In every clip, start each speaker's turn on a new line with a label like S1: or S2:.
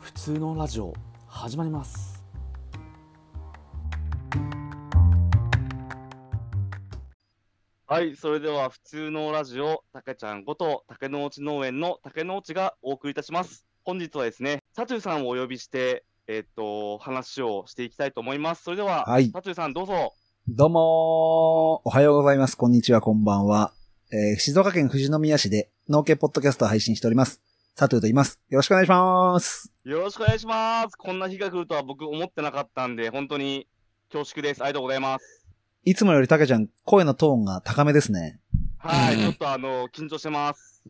S1: 普通のラジオ始まります
S2: はい、それでは普通のラジオ、たけちゃんこと竹の内農園の竹の内がお送りいたします。本日はですね、サチューさんをお呼びして、えっと、話をしていきたいと思います。それでは、
S3: はい
S2: サチューさんどうぞ。
S3: どうもーおはようございます。こんにちは、こんばんは。えー静岡県富士宮市で農家ポッドキャストを配信しております。佐藤と言います。よろしくお願いします。
S2: よろしくお願いします。こんな日が来るとは僕思ってなかったんで、本当に恐縮です。ありがとうございます。
S3: いつもよりたけちゃん、声のトーンが高めですね。
S2: はい、
S1: うん、
S2: ちょっとあの、緊張してます。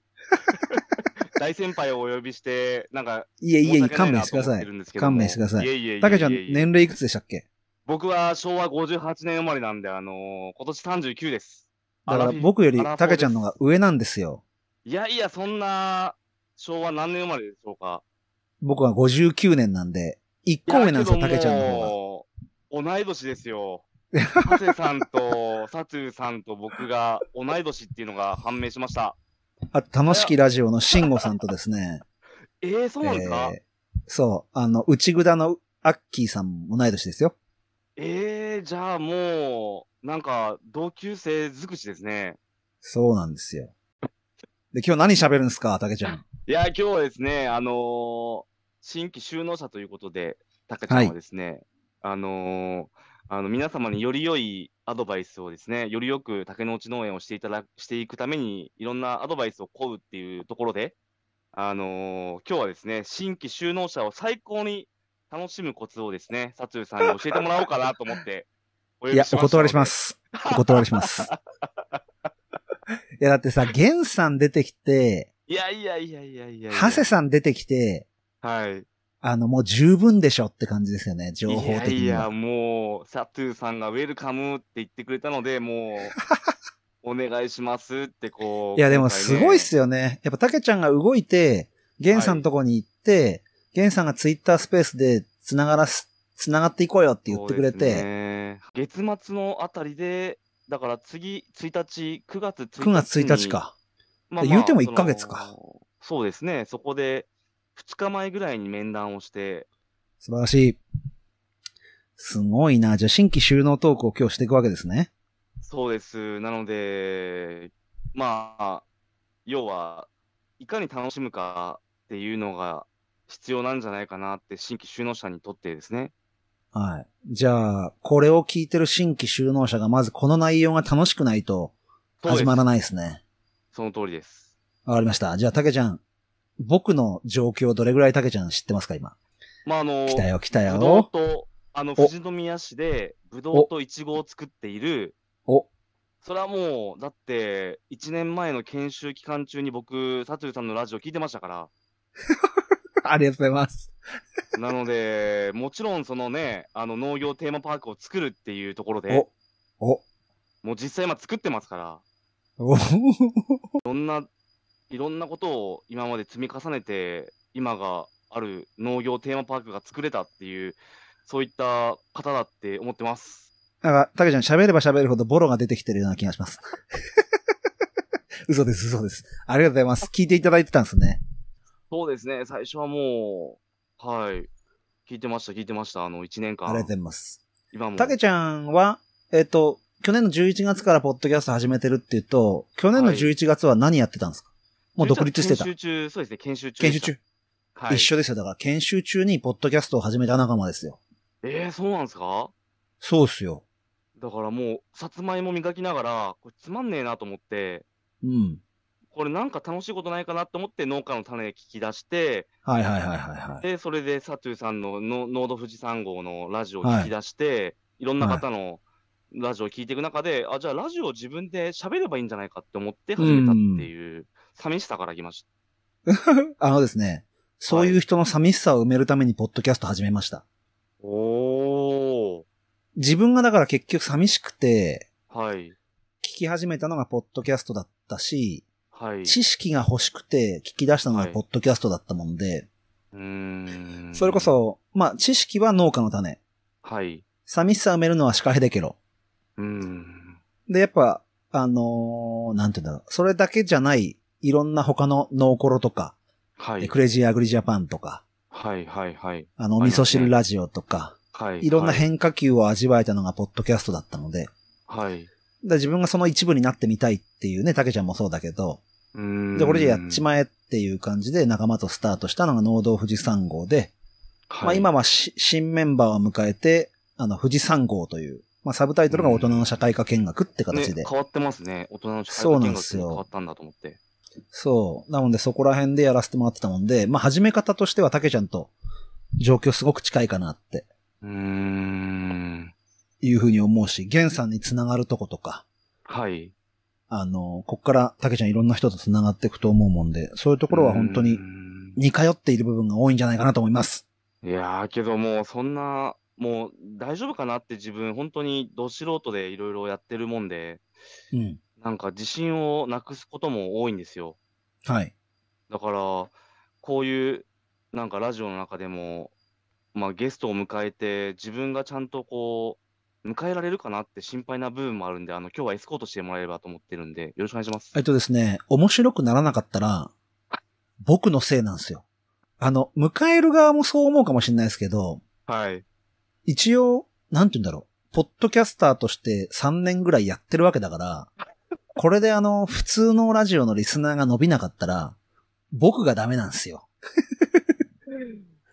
S2: 大先輩をお呼びして、なんか、
S3: いえいえいえ、
S2: 申訳な
S3: 勘
S2: な
S3: 弁してくださ
S2: と思って
S3: い
S2: る。んですけども
S3: 勘弁してください
S2: いえいえいえいえいえ
S3: たけちゃん、年齢いくつでしたっけ
S2: 僕は昭和58年生まれなんで、あのー今年39です。
S3: だか
S2: ア
S3: ら
S2: ラフィフ
S3: 僕より
S2: アラフォー
S3: たけちゃんの
S2: で
S3: 方が上なんですよ。
S2: すいやいや、そんな、昭和何年生まれでしょうか。
S3: 僕は59年なんで、1個上なんですよ、
S2: いや
S3: たけちゃんの
S2: けど
S3: 方が。
S2: もう同い年です よ。ハセさんと、サツーさんと僕が同い年っていうのが判明しました。
S3: あと、楽しきラジオのしんごさんとですね。
S2: えー、そうなんですか
S3: えーそう、あの、内ぐだのアッキーさんも同い年ですよ。
S2: えー、じゃあもう、なんか、同級生尽くしですね。
S3: そうなんですよ。で、今日何喋るんですか、たけちゃん。
S2: いや、今日はですね、あのー新規収納者ということで、たかちゃんはですね、あのーあの皆様により良いアドバイスをですね、よりよく竹の内農園をしていただく、していくために、いろんなアドバイスを請うっていうところで、あのー今日はですね、新規収納者を最高に楽しむコツをですね、サツーさんに教えてもらおうかなと思って、お呼
S3: い
S2: び
S3: や
S2: し、
S3: お
S2: ました
S3: 断
S2: の
S3: り
S2: で
S3: しま。す。お断りします。いや、だってさ、ゲンさん出てきて、
S2: いやいやいやいやいやいや。
S3: ハセさん出てきて、
S2: はい。
S3: あの、もう十分でしょって感じですよね、情報的
S2: いやい
S3: に
S2: や、
S3: は。
S2: もう、サトゥーさんがウェルカムって言ってくれたので、も う、お願いしますってこう。
S3: いや、でもすごいっす
S2: よ。
S3: よね。やっぱたけちゃんが動いて、ゲンさんのとこに行って、ゲンさんがツイッタースペースで繋がらす、繋がっていこうよって言ってくれ
S2: そうです
S3: て、
S2: ね。月末のあたりで、だから次、1日、9月1日に。
S3: 9月1日。か。
S2: ま
S3: 言うても1
S2: その
S3: ヶ月か
S2: そうですね。そこで、2日前ぐらいに面談をして、
S3: 素晴らしい。すごいな。じゃあ、新規収納トークを今日していくわけですね。
S2: そうです。なので、まあ、要は、いかに楽しむかっていうのが必要なんじゃないかなって、新規収納者にとってですね。
S3: はい。じゃあ、これを聞いてる新規収納者がまずこの内容が楽しくないと始まら
S2: い。
S3: ないですね。
S2: その通りです。
S3: わかりました。じゃあ、たけちゃん。僕の状況どれぐらいたけちゃん知ってますか今。
S2: まあ、あの、
S3: 来たよ来た
S2: ぶどう
S3: よ。
S2: と、あの、
S3: お
S2: 富士宮市で、ぶどうといちごを作っている、
S3: お、
S2: それはもう、だって、1年前の研修期間中に僕、サトゥーさんのラジオ聞いてましたから。
S3: ありがとうございます。
S2: なので、もちろん、そのね、あの、農業テーマパークを作るっていうところで
S3: お、、お、
S2: もう実際今作ってますから。
S3: お、
S2: いろんな、いろんなことを今まで積み重ねて、今がある農業テーマパークが作れたっていう、そういった方だって思ってます。
S3: なんか、たけちゃん喋れば喋るほどボロが出てきてるような気がし ます。嘘です、嘘です。ありがとうございます。聞いていただいてたんですね。
S2: そうですね、最初はもう、はい、聞いてました、聞いてました、あの、1年
S3: ありがとうご
S2: 間。
S3: ざいます。
S2: 今も。
S3: たけちゃんは、えっ、と、去年の11月からポッドキャスト始めてるっていうと、去年の
S2: はい
S3: 11月は何やってたんですか、もう独立してた。
S2: 研修中、そうですね、研修中。
S3: 研修。中。
S2: はい。
S3: 一緒ですよ。だから研修中にポッドキャストを始めた仲間ですよ。
S2: えー、そうなんですか
S3: そうっすよ。
S2: だからもう、さつまいも磨きながら、これつまんねえなと思って、
S3: うん。
S2: これなんか楽しいことないかなと思って農家の種聞き出して、
S3: はいはいはいはいはい。
S2: で、それでサトゥーさんののノード富士山号のラジオを聞き出して、い、ろんな方のラジオを聞いていく中で、あ、じゃあラジオを自分で喋ればいいんじゃないかって思って始めたっていう、寂しさから来まし
S3: あのですね、そういう人の寂しさを埋めるためにポッドキャスト始めました。
S2: た。おー。
S3: 自分がだから結局寂しくて、
S2: はい。
S3: 聞き始めたのがポッドキャストだったし、
S2: はい。
S3: 知識が欲しくて聞き出したのが
S2: はい
S3: ポッドキャストだったもんで、
S2: うーん。
S3: それこ。そ、まあ、知識は農家の種。
S2: はい。
S3: 寂しさ埋めるのはシカヘデケロ。
S2: うーん。
S3: で、やっぱ、あのーなんていうんだろう。それだけじゃない、いろんな他の農コロとか、
S2: はい
S3: ク。レイジーアグリジャパンとか、
S2: はいはいはい。
S3: あの、お
S2: あり
S3: 味
S2: ますね
S3: 噌汁ラジオとか、
S2: はい。
S3: いろんな変化球を味わえたのがポッドキャストだったので、だか
S2: はい。はい。
S3: ら自分がその一部になってみたいっていうね、たけちゃんもそうだけど、
S2: うーん
S3: で、これでやっちまえっていう感じで仲間とスタートしたのが農道富士山号で、ま
S2: は
S3: あ
S2: い
S3: 今はし新メンバーを迎えて、あの、富士山号という、まあサブタイトルが大人の社会科見学って形で
S2: ね、。変わってますね。大人の社会
S3: そう
S2: 科
S3: な
S2: 見
S3: んです
S2: 学に
S3: よ
S2: 変わったんだと思って。
S3: そう。なのでそこら辺でやらせてもらってたもんで、まあ始め方としてはたけちゃんと状況すごく近いかなって
S2: うーん。
S3: いうふうに思うし、源さんにつながるとことか、
S2: はい。
S3: あの、こっからたけちゃんいろんな人とつながっていくと思うもんで、そういうところは本当に
S2: うーん
S3: 似通っている部分が多いんじゃないかなと思います。
S2: いやー、けどもうそんな、もう大丈夫かなって自分、本当にど素人でいろいろやってるもんで、
S3: うん。
S2: なんか自信をなくすことも多いんですよ。
S3: はい。
S2: だから、こういう、なんかラジオの中でも、まあゲストを迎えて、自分がちゃんとこう、迎えられるかなって心配な部分もあるんで、あの、今日はエスコートしてもらえればと思ってるんで、よろしくお願いします。
S3: えっとですね、面白くならなかったら、僕のせいなんですよ。あの、迎える側もそう思うかもしれないですけど、
S2: はい。
S3: 一応、なんて言うんだろう。ポッドキャスターとして3年ぐらいやってるわけだから、これであの、普通のラジオのリスナーが伸びなかったら、僕がダメなんですよ。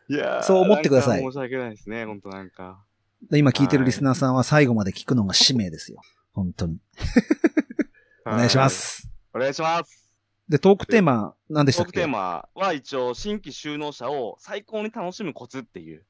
S2: いやー
S3: そう思ってください
S2: なんか申し訳ないですね、本当なんか。
S3: で今聞いてるリスナーさんは最後まで聞くのが使命ですよ。本当に。お願いしま
S2: は
S3: す。
S2: い。お願いします。
S3: で、トークテーマ、何でし
S2: トー
S3: たっ
S2: ク
S3: け
S2: テーマは一応、新規収納者を最高に楽しむコツっていう。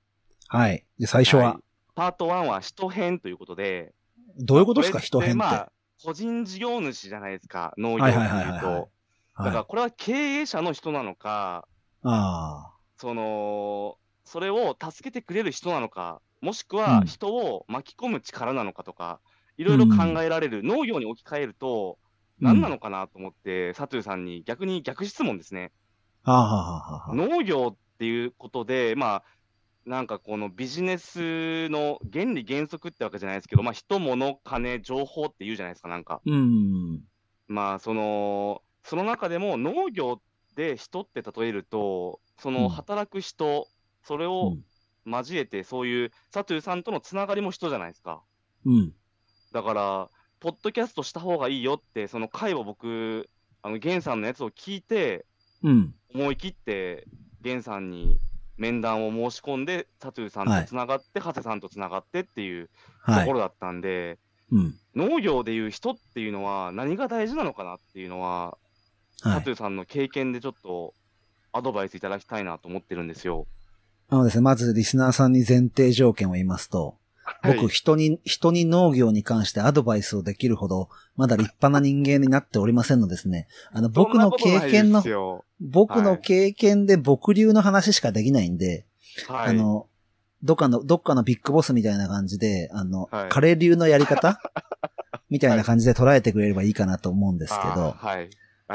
S3: はい。で、最初
S2: い
S3: は、
S2: パート1は人編ということで。
S3: どういうことですか、
S2: こ
S3: 人
S2: れ
S3: 編って。
S2: ま
S3: は
S2: あ、個人事業主じゃないですか、農業
S3: は
S2: でい
S3: い
S2: うと。
S3: はいはいはいはい
S2: だから
S3: い。
S2: これは経営者の人なのか、
S3: あ
S2: その、それを助けてくれる人なのか、もしくは
S3: うん
S2: 人を巻き込む力なのかとか、いろいろ考えられる、農業に置き換えると、
S3: うん
S2: 何なのかなと思って、佐藤さんに逆に逆質問ですね。
S3: あ。ああ、はあ、はあ、はあ。
S2: 農業っていうことで、まあ、なんかこのビジネスの原理原則ってわけじゃないですけど、まあ、人、物、金、情報って言うじゃないですか、なんか。
S3: うん。
S2: まあ、その、その中でも農業で人って例えると、そ
S3: うん
S2: の働く人、それを交えて、そういう、サトゥーさんとのつながりも人じゃないですか。
S3: うん。
S2: だから、ポッドキャストした方がいいよって、その回を僕、あの、ゲンさんのやつを聞いて、
S3: うん。
S2: 思い切って、ゲンさんに面談を申し込んで、サトゥーさん
S3: はい
S2: とつながって、ハセさんとつながってっていうと
S3: は
S2: こ
S3: い。
S2: ろだったんで、
S3: うん。
S2: 農業でいう人っていうのは、何が大事なのかなっていうのは、
S3: は
S2: サ
S3: い
S2: ト。ゥーさんの経験でちょっとアドバイスいただきたいなと思ってるんですよ。
S3: なのでですね、まずリスナーさんに前提条件を言いますと、
S2: はい
S3: 僕、人に、人に農業に関してアドバイスをできるほど、まだ立派な人間になっておりませんのです ね、あの、僕の
S2: そん
S3: 経験の
S2: なことないです、よ
S3: 僕の経験で僕流の話しかできないんで、
S2: はい、
S3: あの、どっかの、どっかのビッグボスみたいな感じで、あの、
S2: はい
S3: カレー流のやり 方みたいな感じで捉えてくれればいいかなと思うんですけ
S2: あ
S3: ど、
S2: ーはい。あり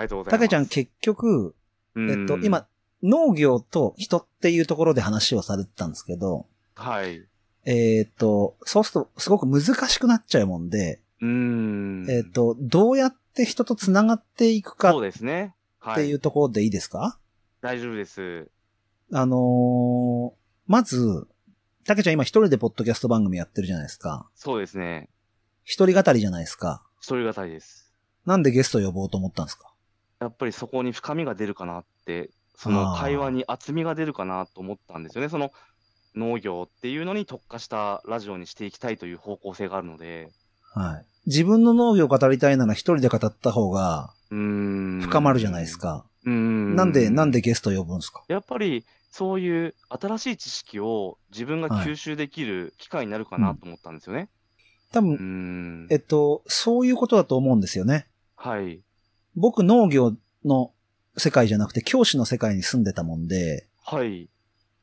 S2: がとうございます。
S3: たけちゃん結局、
S2: うん、
S3: えっと、今、農業と人っていうところで話をされてたんですけど、
S2: はい。
S3: えっと、そうするとすごく難しくなっちゃうもんで、
S2: うーん。
S3: えっと、どうやって人と繋がっていくか
S2: そう
S3: っ
S2: ですね。は
S3: てい
S2: い。
S3: うところでいいですか、
S2: 大丈夫です。
S3: あのーまず、たけちゃん今一人でポッドキャスト番組やってるじゃないですか。
S2: そうですね。
S3: 一人語りじゃないですか。
S2: 一人語りです。
S3: なんでゲスト呼ぼうと思ったんですか
S2: やっぱりそこに深みが出るかなって、その会話に厚みが出るかなと思ったんですよね。その農業っていうのに特化したラジオにしていきたいという方向性があるので、
S3: はい。自分の農業を語りたいなら一人で語った方が
S2: うーん。
S3: 深まるじゃないです。か。
S2: うーん。
S3: なんで、なんでゲスト呼ぶんですか
S2: やっぱりそういう新しい知識を自分が吸収できる機会になるかなと思ったんですよね。
S3: 多
S2: うーん。
S3: 分、えっと、そういうことだと思うんですよね。
S2: はい。
S3: 僕農業の世界じゃなくて教師の世界に住んでたもんで、
S2: はい。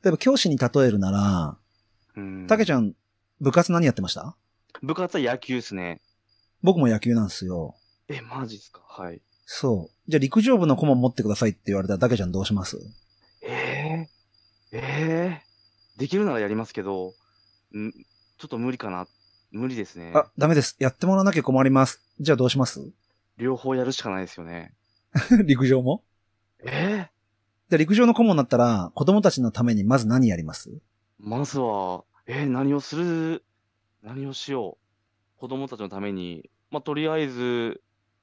S3: 例えば教師に例えるなら、たけち
S2: ゃん。
S3: ゃん部活何やってました
S2: 部活は野球ですね。
S3: 僕も野球なんですよ。
S2: え、マジっすかはい。
S3: そう。じゃあ陸上部の顧問持ってくださいって言われたら、だけちゃんどうします
S2: ええええできるならやりますけど、んちょっと無理かな。無理ですね。
S3: あ、ダメです。やってもらわなきゃ困ります。じゃあど うします
S2: 両方やるしかないですよね。
S3: 陸上も
S2: ええ
S3: で、陸上の顧問になったら、子供たちのためにまず何やります
S2: まずは、えー何をする何をしよう子供たちのために、まあ、とりあえず、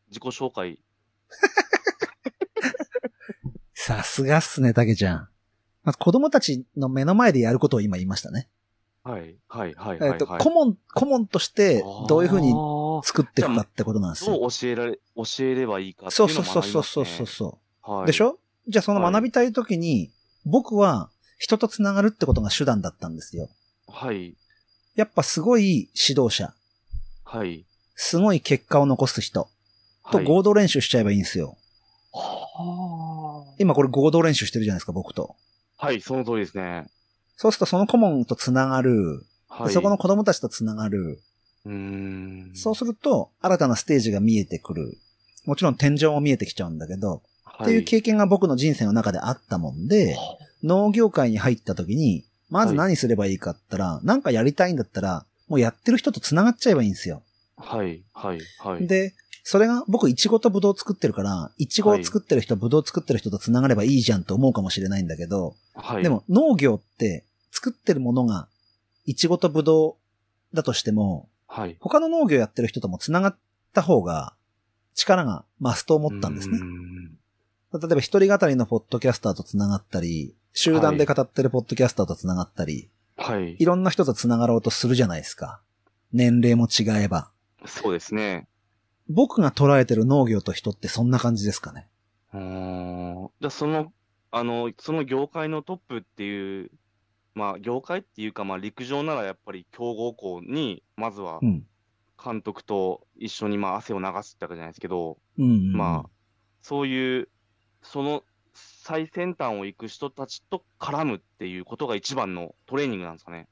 S2: 自己紹介。
S3: さすがっすね、たけちゃん。まず子供たちの目の前でやることを今言いましたね。
S2: はい、はい、はい、
S3: えっ、
S2: はい、
S3: と、
S2: はい。
S3: 顧問、顧問として、どういうふうに
S2: あー
S3: 作っていくかってことなんです
S2: ど
S3: よ。
S2: う教えられ、教えればいいかってい
S3: そうう
S2: の
S3: そう
S2: も
S3: そう
S2: 学び
S3: そう
S2: ます
S3: そう
S2: ね
S3: そうそう。
S2: はい。
S3: でしょじゃあその学びたいときに、僕は人と繋がるってことが手段だったんですよ。
S2: はい、
S3: やっぱすごい指導者、
S2: はい。
S3: すごい結果を残す人と
S2: はい
S3: 合同練習しちゃえばいいんですよ。
S2: は
S3: 今これ合同練習してるじゃないですか、僕と。
S2: あはい、その通りですね。
S3: そうするとその顧問と繋がる、で
S2: はい。
S3: そこの子供たちと繋がる。
S2: うーん。
S3: そうすると新たなステージが見えてくる。もちろん天井も見えてきちゃうんだけど、
S2: は
S3: っていう経験が僕の人生の中であったもんで、農業界に入った時に、まず何すればいいかって言ったら、なんかやりたいんだったら、もうやってる人と繋がっちゃえばいいんですよ。
S2: はい、はい、はい。
S3: で、それが僕、イチゴとブドウ作ってるから、イチゴを作ってる人、ブドウ作ってる人と繋がればいいじゃんと思うかもしれないんだけど、
S2: はい。
S3: でも農業って作ってるものが、イチゴとブドウだとしても、
S2: はい。
S3: 他の農業やってる人とも繋がった方が、力が増すと思ったんですね
S2: うー。ん
S3: 例えば一人語りのポッドキャスターと繋がったり、集団で語ってるポッドキャスターと繋がったり、
S2: はい
S3: い、。ろんな人と繋がろうとするじゃないですか。年齢も違えば。
S2: そうですね。
S3: 僕が捉えてる農業と人ってそんな感じですかね。
S2: うーん。じゃあ、その、あの、その業界のトップっていう、まあ、業界っていうか、まあ、陸上ならやっぱり強豪校に、まずは
S3: うん。
S2: 監督と一緒に、まあ、汗を流すってわけじゃないですけど、
S3: うん、うん。
S2: まあ、そういう、その最先端を行く人たちと絡むっていうことが一番のトレーニングなんですかね。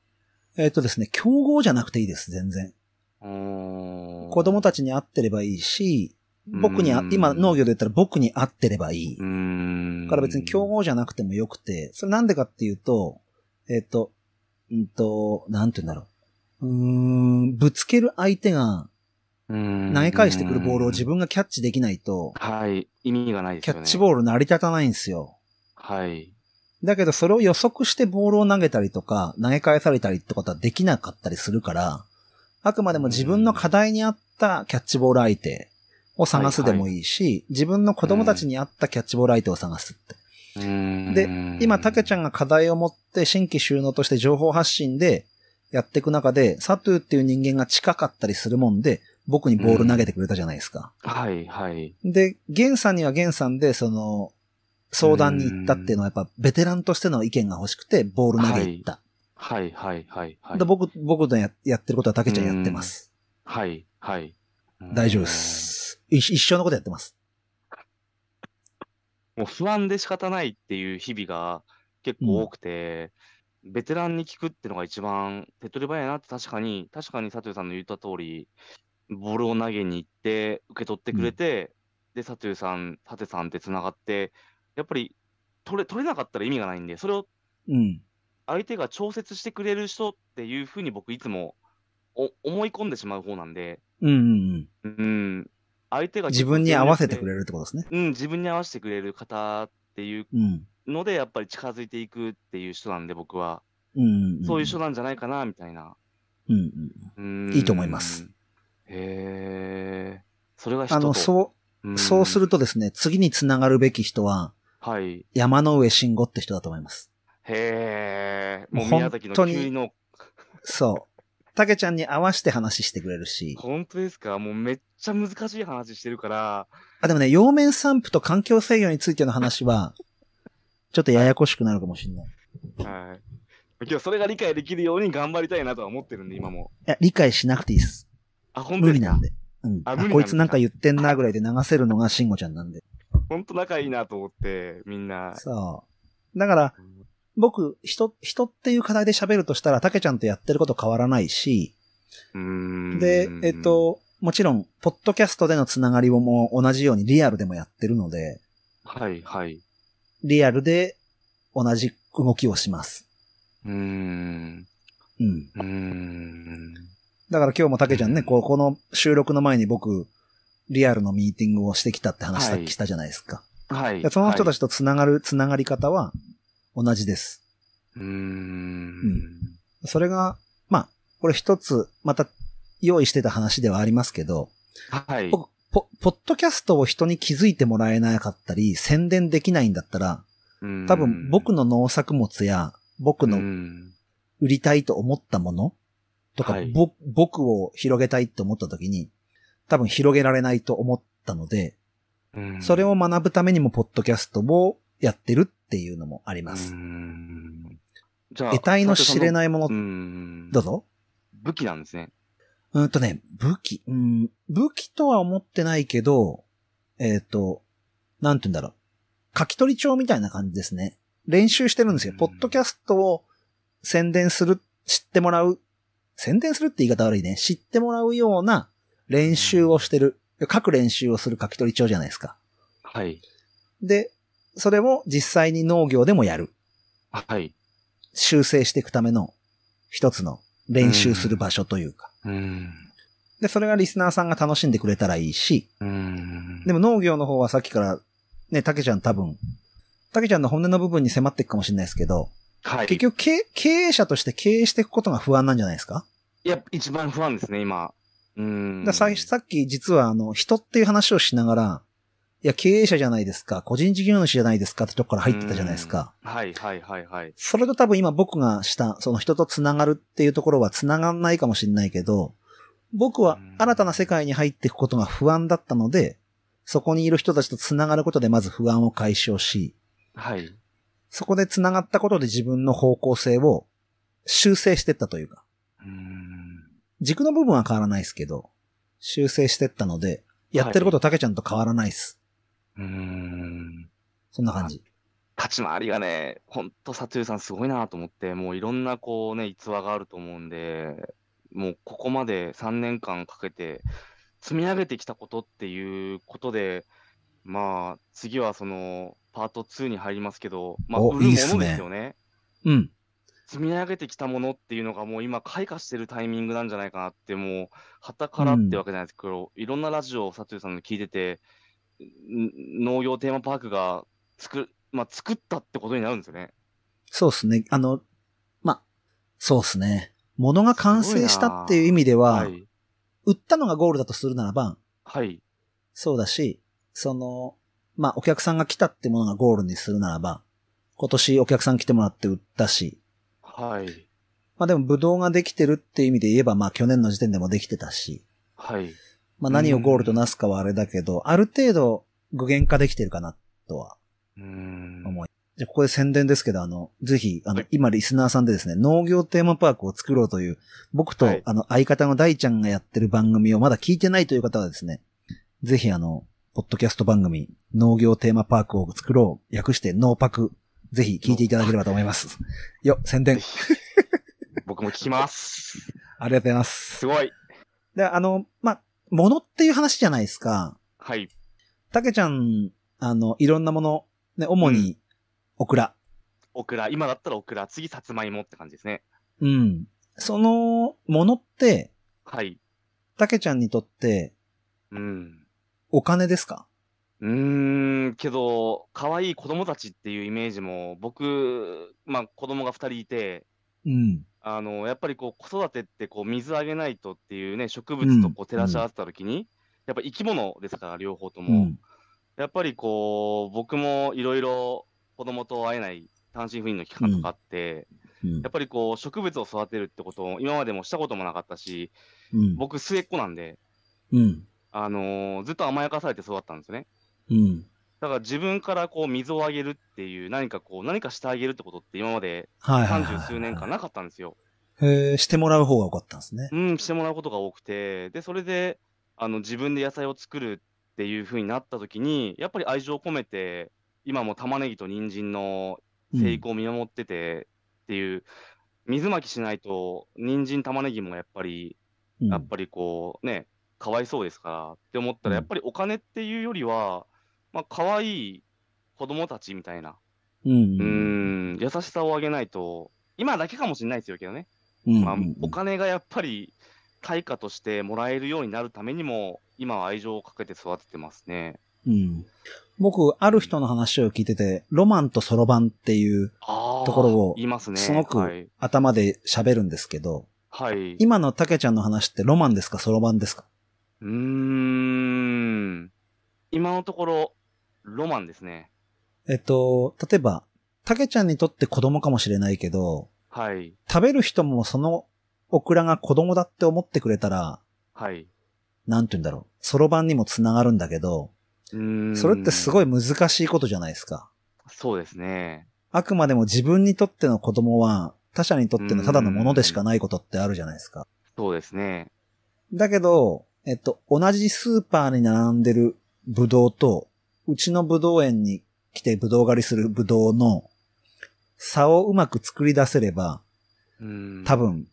S3: えっ、とですね、競合じゃなくていいです、全然。
S2: 子
S3: 子供たちに合ってればいいし、僕にあ
S2: う、ん
S3: 今農業で言ったら僕に合ってればいい。
S2: うーん。
S3: だから別に競合じゃなくてもよくて、それなんでかっていうと、えっ、と、うんと、なんて言うんだろう。うーん、ぶつける相手が
S2: 投
S3: 投げ返してくるボールを自分がキャッチできないと、
S2: はい。意味がないです
S3: キ
S2: よ
S3: ャ
S2: ね。
S3: ッチボール成り立たないんですよ。
S2: はい。
S3: だけどそれを予測してボールを投げたりとか、投げ返されたりってことはできなかったりするから、あくまでも自分の課題に合ったキャッチボール相手を探すでもいいし、自分の子供たちに合ったキャッチボール相手を探すって。で
S2: で
S3: 今、たけち
S2: ゃ
S3: ゃんが課題を持って新規収納として情報発信でやっていく中で、サトゥーっていう人間が近かったりするもんで、僕にボール投げてくれたじゃないですか。
S2: ん。はい、はい。
S3: で、ゲンさんにはゲンさんで、その、相談に行ったっていうのはやっぱベテランとしての意見が欲しくて、ボール投げ行った。
S2: はい、はい、はい、はい。
S3: で僕、僕のややってることはたけちゃんやってます。
S2: はい、はい。
S3: 大丈夫で。す。い一生のことやってます。
S2: もう不安で仕方ないっていう日々が結構多くて、ベテランに聞くってのが一番手っ取り早いなって確かに、確かに佐藤さんの言った通り、ボールを投げに行って、受け取ってくれて、で、佐藤さん、佐藤さんって繋がって、やっぱり取れ、取れなかったら意味がないんで、それを
S3: うん。
S2: 相手が調節してくれる人っていうふうに僕いつもお思い込んでしまう方なんで、
S3: うんうんうん。
S2: うん、相手が
S3: 自分に合わせてく
S2: る。
S3: れるってことですね。
S2: うん、自分に合わせてくれる方っていう
S3: うん。
S2: ので、やっぱり近づいていくっていう人なんで、僕は。
S3: うんんん。
S2: そういう人なんじゃないかな、みたいな。
S3: うんうん。
S2: うん
S3: いいと思います。
S2: へえ。それが人
S3: あの、
S2: う
S3: そう、
S2: ん、
S3: そうするとですね、次につながるべき人は、
S2: はい。
S3: 山の上慎吾って人だと思います。
S2: へえ。もう
S3: もう
S2: 宮崎の
S3: 本当に
S2: 急の、
S3: そう。たけちゃんに合わせて話してくれるし。
S2: 本当ですかもうめっちゃ難しい話してるから、
S3: あ、でもね、陽面散布と環境制御についての話は、ちょっとややこしくなるかもしれない。い
S2: はい。今日それが理解できるように頑張りたいなとは思ってるんで、今も。
S3: や、理解しなくていいっす。
S2: あ、本当
S3: 無
S2: で
S3: 理
S2: す
S3: なん
S2: か
S3: で。うん。
S2: あ無理なん
S3: あ
S2: ですか
S3: こいつなんか言ってんなぐらいで流せるのが慎吾ちゃんなんで。
S2: 本当仲いいなと思って、みんな。
S3: そう。だから、僕、人、人っていう課題で喋るとしたら、たけちゃんとやってること変わらないし、
S2: うーん
S3: で、えっ、と、もちろん、ポッドキャストでのつながりをもう同じようにリアルでもやってるので、
S2: はい、はい。
S3: リアルで同じ動きをします。
S2: うーん。
S3: うん。
S2: うーん。
S3: だから今日もたけちゃんね、
S2: うん
S3: こうこの収録の前に僕、リアルのミーティングをしてきたって話さっ
S2: はい
S3: きしたじゃないですか。
S2: はい。
S3: その人た
S2: ち。
S3: ちとつながる、つながり方は同じです。
S2: うーん
S3: それが、まあ、これ一つ、また用意してた話ではありますけど、
S2: はい。
S3: 僕ポ、ポッドキャストを人に気づいてもらえなかったり、宣伝できないんだったら、多分僕
S2: の
S3: の農作物や、僕の売りたいと思ったものとか、
S2: はい
S3: ぼ僕を広げたいと思った時に、多分広げられないと思ったので、それを学ぶためにもポッドキャストをやってるっていうのもあります。
S2: じゃあ、
S3: 得体の知れ
S2: い。
S3: ないもの、
S2: うん
S3: どうぞ。
S2: 武器なんですね。
S3: うんとね、武器、うん、武器とは思ってないけど、えっ、と、なんて言うんだろう。書き取り帳みたいな感じですね。練習してるんですよ
S2: う。ん
S3: ポッドキャストを宣伝する、知ってもらう。宣伝するって言い方悪いね。知ってもらうような練習をしてる。書く練習をする書き取り帳じゃないですか。
S2: はい。
S3: で、それを実際に農業でもやる。
S2: はい。
S3: 修正していくための一つの練習する場所というか。
S2: うん。
S3: で、それがリスナーさんが楽しんでくれたらいいし、
S2: うん
S3: でも農業の方はさっきから、ね、たけちゃん多分、たけちゃんの本音の部分に迫っていくかもしれないですけど、
S2: はい。
S3: 結局経経営者として経営していくことが不安なんじゃないですか,、
S2: いや、一番不安ですね、今。うん。
S3: だささっき実はあの、人っていう話をしながら、いや、経営者じゃないですか、個人事業主じゃないですかってとこから入ってたじゃないですか。
S2: うん。はい、はい、はい、はい。
S3: それと多分今僕がした、その人と繋がるっていうところは繋がんないかもしれないけど、僕は新たな世界に入っていくことが不安だったので、そこにいる人たちと繋がることでまず不安を解消し、
S2: はい。
S3: そこで繋がったことで自分の方向性を修正していったというか、
S2: うん。
S3: 軸の部分は変わらないですけど、修正していったので、やってることたけちゃんと変わらないです。
S2: うん。
S3: そんな感じ。
S2: 立ち回りがね、ほんと、佐藤さんすごいなと思って、もういろんなこうね、逸話があると思うんで、もうここまで3年間かけて積み上げてきたことっていうことで、まあ、次はその、パート2に入りますけど、まあ、
S3: お
S2: 売る
S3: いい
S2: も
S3: っす
S2: の
S3: ね
S2: ですよね。
S3: うん。
S2: 積み上げてきたものっていうのがもう今開花してるタイミングなんじゃないかなってもう旗からってわけじゃないですけど、いろんなラジオを佐藤さんの聞いててん農業テーマパークが作,、まあ、作ったってことになるんですよね。
S3: そうですね。あの、ま、そうですね。物が完成したっていう意味では、
S2: はい。
S3: 売ったのがゴールだとするならば、
S2: はい。
S3: そうだし、その、まあ、お客さんが来たってものがゴールにするならば、今年お客さん来てもらって売ったし、
S2: はい。
S3: まあ、でもブドウができてるっていう意味で言えば、まあ、去年の時点でもできてたし、
S2: はい。
S3: まあ、何をゴールとなすかはあれだけど、ある程度具現化できてるかな、とは。
S2: うーん。
S3: 思いじゃあここで宣伝ですけど、あの、ぜひ、あの、
S2: はい
S3: 今リスナーさんでですね、農業テーマパークを作ろうという、僕と、
S2: はい
S3: あの、相方の大ちゃんがやってる番組をまだ聞いてないという方はですね、ぜひあの、ポッドキャスト番組、農業テーマパークを作ろう、略して農パク、ぜひ聞いていただければと思います。よ、宣
S2: ぜ
S3: 伝、
S2: ひ僕も聞きます。
S3: ありがとうございま す。
S2: すごい。
S3: で、あの、まあ、物っていう話じゃないですか。
S2: はい。
S3: たけちゃん、あの、いろんなもの、ね、主に、オクラ。
S2: オクラ。今だったらオクラ。次、さつまいもって感じですね。
S3: うん。その、ものって、
S2: はい。
S3: たけちゃんにとって
S2: うん。
S3: お金ですか
S2: うーん、けど、可愛い子供たちっていうイメージも、僕、まあ子供が2人いて、
S3: うん。
S2: あの、やっぱりこう子育てってこう水あげないとっていうね、植物とこう照らし合わせたときに、やっぱ生き物ですから、両方と
S3: う
S2: も。
S3: ん。
S2: やっぱりこう、僕もいろいろ子供と会えない単身赴任の期間とかあって、
S3: うん
S2: やっぱりこう植物を育てるってことを今までもしたこともなかったし、
S3: うん。
S2: 僕末っ子なんで、
S3: うん。
S2: あのーずっと甘やかされて育ったんですよね。
S3: うん。
S2: だから自分からこう水をあげるっていう、何かこう、何かしてあげるってことって今まで
S3: はいはいはい
S2: 三
S3: はい。
S2: 十数年間なかったんです よ。
S3: へーしてもらう方が多かったんですね。
S2: うん、してもらうことが多くて、で、それで、あの、自分で野菜を作るっていう風になった時に、やっぱり愛情を込めて、今も玉ねぎと人参の
S3: うん
S2: 生育を見守っててっていう、水まきしないと、人参玉ねぎもやっぱり、
S3: うん
S2: やっぱりこうね、かわいそうですからって思ったら、
S3: う
S2: や
S3: ん
S2: っぱりお金っていうよりは、まあ、可愛い子供たちみたいな、
S3: う。
S2: うんん、優しさをあげないと、今だけかもしれないですよけどね、
S3: うん。
S2: まあ、お金がやっぱり対価としてもらえるようになるためにも、今は愛情をかけて育ててますね。
S3: うん。僕、ある人の話を聞いてて、ロマンとソロ版っていう
S2: あー
S3: ところを
S2: 言いますね。
S3: すごく
S2: はい。
S3: 頭で喋るんですけど、
S2: はい、
S3: 今のたけちゃんの話ってロマンですかソロ版ですか
S2: うーん。今のところ、ロマンですね。
S3: えっと、例えば、たけちゃんにとって子供かもしれないけど、
S2: はい。
S3: 食べる人もそのオクラが子供だって思ってくれたら、
S2: はい。
S3: なんて言うんだろう。ソロ版にもつながるんだけど、
S2: うーん。
S3: それってすごい。難しいことじゃないですか。
S2: そうですね。
S3: あくまでも自分にとっての子供は、他者にとってのただのものでしかないことってあるじゃないですか。
S2: そうですね。
S3: だけど、えっと、同じスーパーに並んでるブドウと、うちのブドウ園に来てブドウ狩りするブドウの差をうまく作り出せれば、
S2: うーん。
S3: 多分、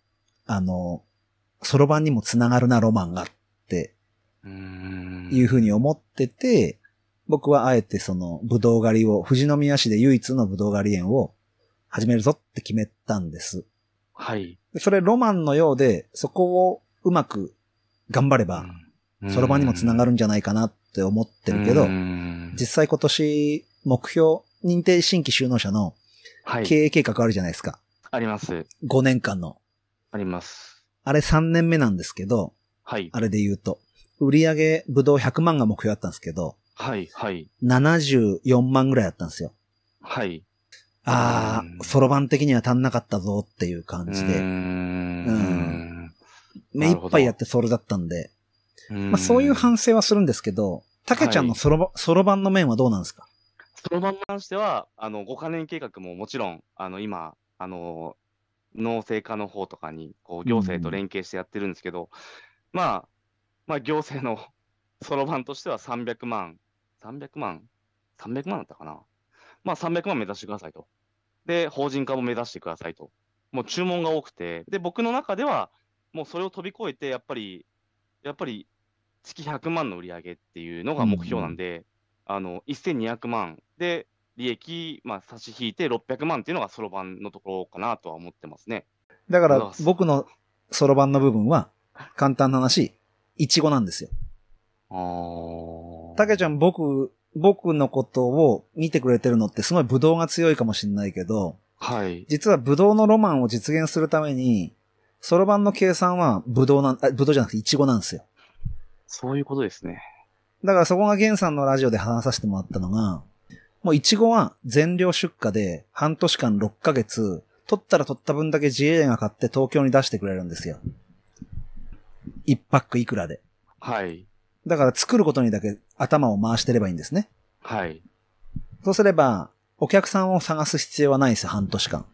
S3: あの、そろばんにもつながるな、ロマンがって
S2: うーん。
S3: いうふうに思ってて、僕はあえてその、ブドウ狩りを、富士宮市で唯一のブドウ狩り園を始めるぞって決めたんです。
S2: はい。
S3: でそれロマンのようで、そこをうまく頑張れば、そろばんにもつなが
S2: る
S3: るんじゃないかなって思ってるけど、実際今年目標、認定新規就農者の
S2: はい。
S3: 経営計画あるじゃないですか。
S2: あります。
S3: 5年間の。
S2: あります。
S3: あれ3年目なんですけど、
S2: はい。
S3: あれで言うと、売り上げぶどう100万が目標だったんですけど、
S2: はい。はい。
S3: 74万ぐらいだったんですよ。
S2: はい。
S3: あ
S2: うん
S3: あ、そろばん的には足んなかったぞっていう感じ
S2: うー
S3: で、
S2: ん。
S3: 目いっぱいやってそれだったんで、
S2: ま
S3: まあそういう反省はするんですけど、たけちゃんのそろば、そろばんの面はどうなんですか
S2: その場に関しては、あの、5カ年計画ももちろん、あの、今、あの、農政課の方とかに、こう、行政と連携してやってるんですけど、まあ、まあ、行政のそろばんとしては300万、300万、300万だったかな。まあ、300万目指してくださいと。で、法人化も目指してくださいと。もう注文が多くて、で、僕の中では、もうそれを飛び越えて、やっぱり、やっぱり、月100万の売り上げっていうのが目標なんで、あの、1200万で、利益、まあ、差し引いて600万っていうのがそろばんのところかなとは思ってますね。
S3: だか
S2: う
S3: ら
S2: わ
S3: 僕のそろばんの部分は、簡単な話、いちごなんですよ。
S2: ああ。
S3: たけちゃん僕、僕のことを見てくれてるのってすごいブドウが強いかもしれないけど、
S2: はい。
S3: 実はブドウのロマンを実現するために、そろばんの計算はブドウなん、あブドウじゃなくてイチゴなんですよ。
S2: そういうことですね。
S3: だからそこがゲンさんのラジオで話させてもらったのが、もうイチゴは全量出荷で半年間6ヶ月、取ったら取った分だけ GA が買って東京に出してくれるんですよ。一パックいくらで。
S2: はい。
S3: だから作ることにだけ頭を回してればいいんですね。
S2: はい。
S3: そうすれば、お客さんを探す必要はないですよ、半年間。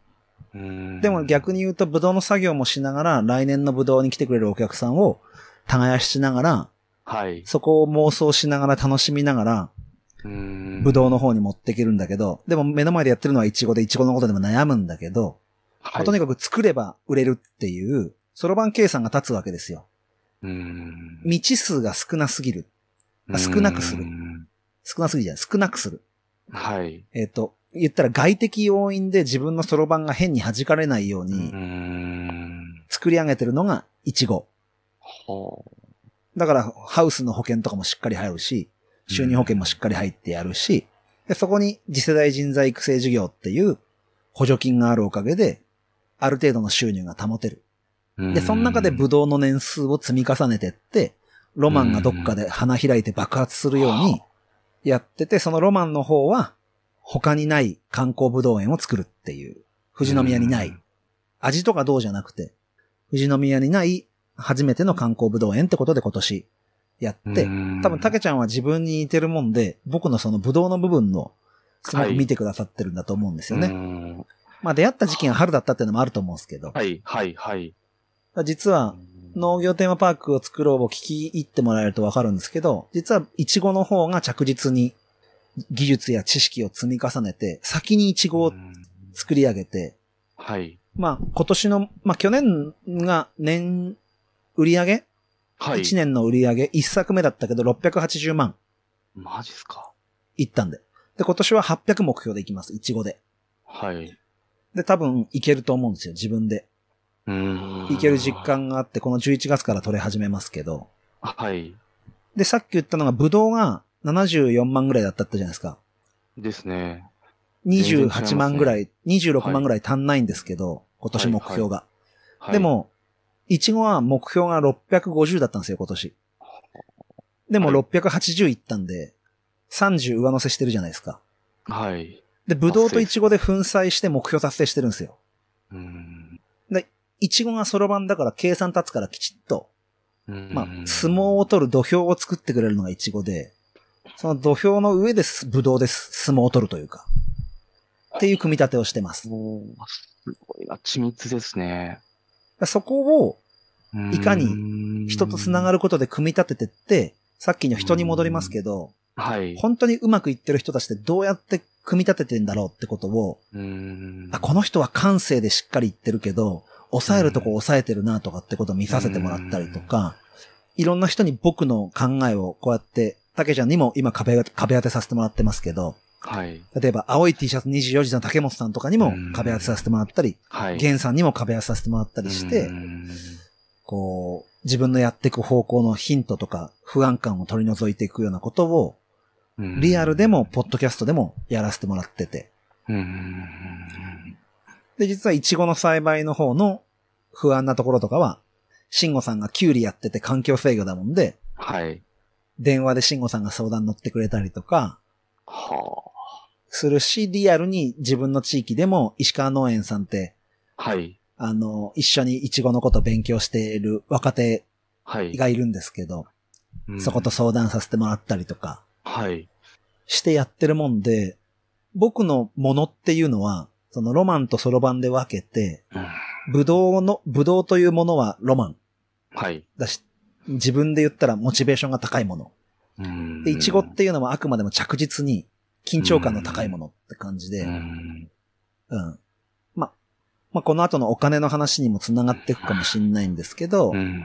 S2: うーん
S3: でも逆に言うと、ブドウの作業もしながら、来年のブドウに来てくれるお客さんを耕しながら、
S2: はい。
S3: そこを妄想しながら楽しみながら、ブ
S2: ぶ
S3: ドウの方に持っていけるんだけど、でも目の前でやってるのはイチゴで、イチゴのことでも悩むんだけど、ま
S2: は
S3: あ
S2: い。
S3: とにかく作れば売れるっていう、そろばん計算が立つわけですよ。
S2: うーん
S3: 未知数が少なすぎる。あ少なくする
S2: うーん
S3: 少なすぎじゃない、少なくする。
S2: はい。
S3: えっ、と、言ったら外的要因で自分のそろばんが変に弾かれないよう
S2: う
S3: に
S2: ーん。
S3: 作り上げてるのがイチゴ。
S2: ほう。
S3: だから、ハウスの保険とかもしっかり入るし、収入保険もしっかり入ってやるし、でそこに次世代人材育成事業っていう補助金があるおかげで、ある程度の収入が保てる。で、その中でブ
S2: ド
S3: ドウの年数を積み重ねてって、ロマンがどっかで花開いて爆発するようにやってて、そのロマンの方は、他にない観光ブドウ園を作るっていう、富士宮にな
S2: う
S3: い
S2: ん、
S3: 味とかどうじゃなくて、富士宮にない初めての観光ブドウ園ってことで今年やって、多分、たけちゃんは自分に似てるもんで、僕のそのブドウの部分の、すごく見てくださってるんだと思うんですよね。
S2: ね。
S3: まあ出会った時期が春だったっていうのもあると思うんですけど、
S2: はい、はい、はい。
S3: 実は農業テーマパークを作ろうを聞き入ってもらえるとわかるんですけど、実はイチゴの方が着実に技術や知識を積み重ねて、先にイチ
S2: う
S3: ゴを
S2: ーん
S3: 作り上げて、
S2: はい。
S3: まあ今年の、まあ去年が年売り上げ、
S2: はい。
S3: ?1 年の売り上げ、1作目だったけど680万
S2: マジっすか。
S3: いったんで。で、今年は800目標でいきます、イチゴで。
S2: はい。う
S3: で、多分いけると思うんですよ、自分で。
S2: ーん
S3: いける実。感があって、この11月から取れ始めますけど。
S2: はい。
S3: で、さっき言ったのが、ブドウが74万ぐらいだったったじゃないですか。
S2: ですね。全然違い
S3: 28
S2: ます
S3: 万
S2: ね
S3: ぐらい、26万ぐらい足んないんですけど、今年目標が。
S2: はい
S3: で、も、いちごは目標が650だったんですよ、今年。でも
S2: はい
S3: 680いったんで、30上乗せしてるじゃないですか。
S2: はい。
S3: で、ブドウとイチゴで粉砕して目標達成してるんですよ。
S2: うん。
S3: イチゴがそろばんだから計算立つからきちっと、
S2: うん
S3: まあ、相撲を取る土俵を作ってくれるのがイチゴで、その土俵の上です、ブドウです、相撲を取るというか、っていう組み立てをしてます。
S2: もう、すごいな、緻密ですね。
S3: そこをいかに
S2: に
S3: 人と繋が
S2: る。
S3: ることで組み立ててって、さっきの人に戻りますけど、
S2: はい。
S3: 本当にうまくいってる人たちってどうやって組み立ててんだろうってことを、
S2: うん
S3: あ、この人は感性でしっかり言ってるけど、抑えるとこ抑えてるなとかってことを見させてもらったりとか、いろんな人に僕の考えをこうやって、竹ちゃんにも今壁が、壁当てさせてもらってますけど、
S2: はい。
S3: 例えば青い T シャツ24時の竹本さんとかにも
S2: うん
S3: 壁当てさせてもらったり、
S2: はい。
S3: 源さんにも壁当てさせてもらったりして
S2: う、ん
S3: こう、自分のやっていく方向のヒントとか不安感を取り除いていくようなことを、
S2: うん
S3: リアルでも、ポッドキャストでもやらせてもらってて。
S2: うん
S3: で、実はイチゴの栽培の方の不安なところとかは、慎吾さんがキュウリやってて環境制御だもんで、
S2: はい。
S3: 電話で慎吾さんが相談乗ってくれたりとか、
S2: は
S3: するし、リアルに自分の地域でも石川農園さんって、
S2: あ。はい。
S3: あの、一緒にイチゴのこと勉強している若手
S2: はい。
S3: がいるんですけど、
S2: うん
S3: そこと。相談させてもらったりとか、
S2: はい。
S3: してやってるもんで、僕のものっていうのは、そのロマンとソロ版で分けて、
S2: うん
S3: ブドウの、ブドウというものはロマン
S2: はい。
S3: だし、自分で言ったらモチベーションが高いもの。
S2: うん
S3: で、イチゴっていうのはあくまでも着実に緊張感の高いものって感じで、
S2: う
S3: うん。
S2: ん
S3: ま、まあ、この後のお金の話にも繋がっていくかもしれないんですけど、
S2: うん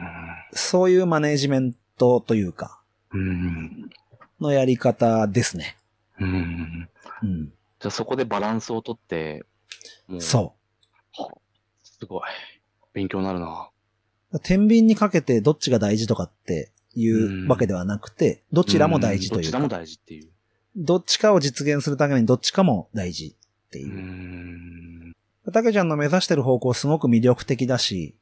S3: そういうマネジメントというか、
S2: うん
S3: のやり方ですね。
S2: うん
S3: うん。
S2: じゃあそこでバランスをとって、もう
S3: そう。
S2: すごい。勉強になるな。
S3: 天秤にかけてどっちが大事とかっていううんわけではなくて、どちらも大事と
S2: んど
S3: いう
S2: ちらも
S3: か、
S2: 大事っていう。
S3: どっちかを実現するためにどっちかも大事って
S2: う
S3: いう。
S2: ん。
S3: たけちゃんの目指してる方向すごく魅力的だし、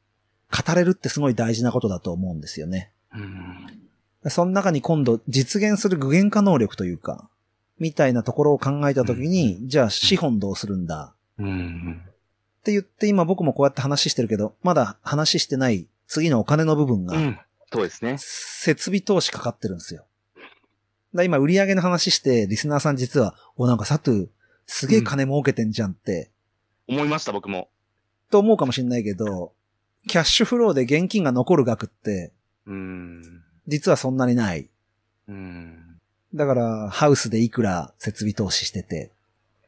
S3: 語れるってすごい大事なことだと思うんですよね。
S2: うん
S3: その中に今度実現する具現化能力というか、みたいなところを考えたときに、じゃあ資本どうするんだ
S2: うん。
S3: って言って今僕もこうやって話してるけど、まだ話してない次のお金の部分が
S2: う、ん。そうですね。
S3: 設備投資かかってるんですよ。だ今、売り上げの話して、リスナーさん実は、お、なんかサトゥー、すげえ金儲けてんじゃんって、
S2: 思いました、僕も。
S3: と思うかもしれないけど、キャッシュフローで現金が残る額って、
S2: うん。
S3: 実はそんなにない。
S2: うん。
S3: だから、ハウスでいくら設備投資してて、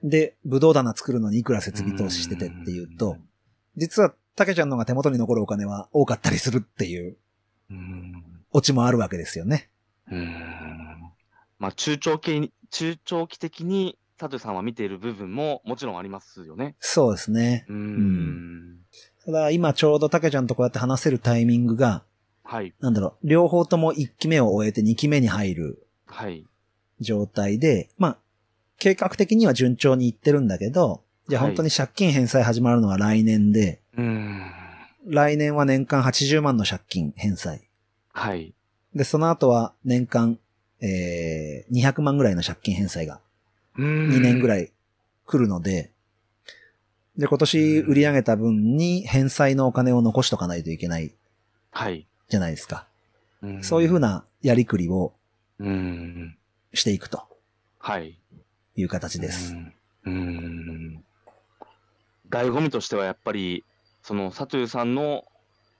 S3: で、ブドウ棚作るのにいくら設備投資しててっていうと、実は、タケちゃんの方が手元に残るお金は多かったりするっていう、
S2: うん。
S3: オチもあるわけですよね。
S2: うん。まあ、中長期に、中長期的に、佐藤さんは見ている部分ももちろんありますよね。
S3: そうですね。
S2: うん。
S3: ただ、今ちょうどタケちゃんとこうやって話せるタイミングが、
S2: はい。
S3: なんだろう、両方とも1期目を終えて2期目に入る
S2: はい。
S3: 状態で、まあ、計画的には順調にいってるんだけど、じゃあ
S2: はい
S3: 本当に借金返済始まるのは来年で、
S2: うん。
S3: 来年は年間80万の借金返済。
S2: はい。
S3: で、その後は年間、えー、200万ぐらいの借金返済が
S2: 2
S3: 2年ぐ
S2: い。
S3: らい来るので、で、今年売り上げた分に返済のお金を残しとかないといけない
S2: はい。
S3: じゃないですか。
S2: ん
S3: そういうふう。なやりくりを
S2: うん。
S3: していくと
S2: はい。
S3: いう形です。
S2: うん。うん。醍醐味としてはやっぱり、その、佐藤さんの、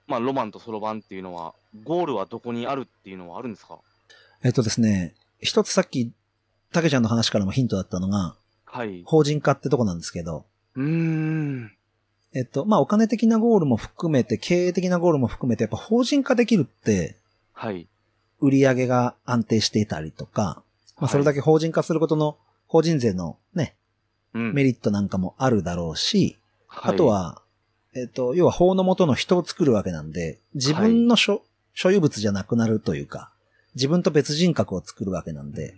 S2: まあ、ロマンとそろばんっていうのは、ゴールはどこにあるっていうのはあるんですか
S3: えっとですね、一つさっき、たけちゃんの話からもヒントだったのが、
S2: はい。
S3: 法人化ってとこなんですけど、
S2: うーん。
S3: えっと、まあ、お金的なゴールも含めて、経営的なゴールも含めて、やっぱ法人化できるって、
S2: はい。
S3: 売り上げが安定していたりとか、まあ、それだけ法人化することの、法人税のね、
S2: うん
S3: メリットなんかもあるだろうし、
S2: は
S3: あ
S2: い
S3: と、は、えっと、要は法の元の人を作るわけなんで、自分の所所有物じゃなくなるというか、自分と別人格を作るわけなんで、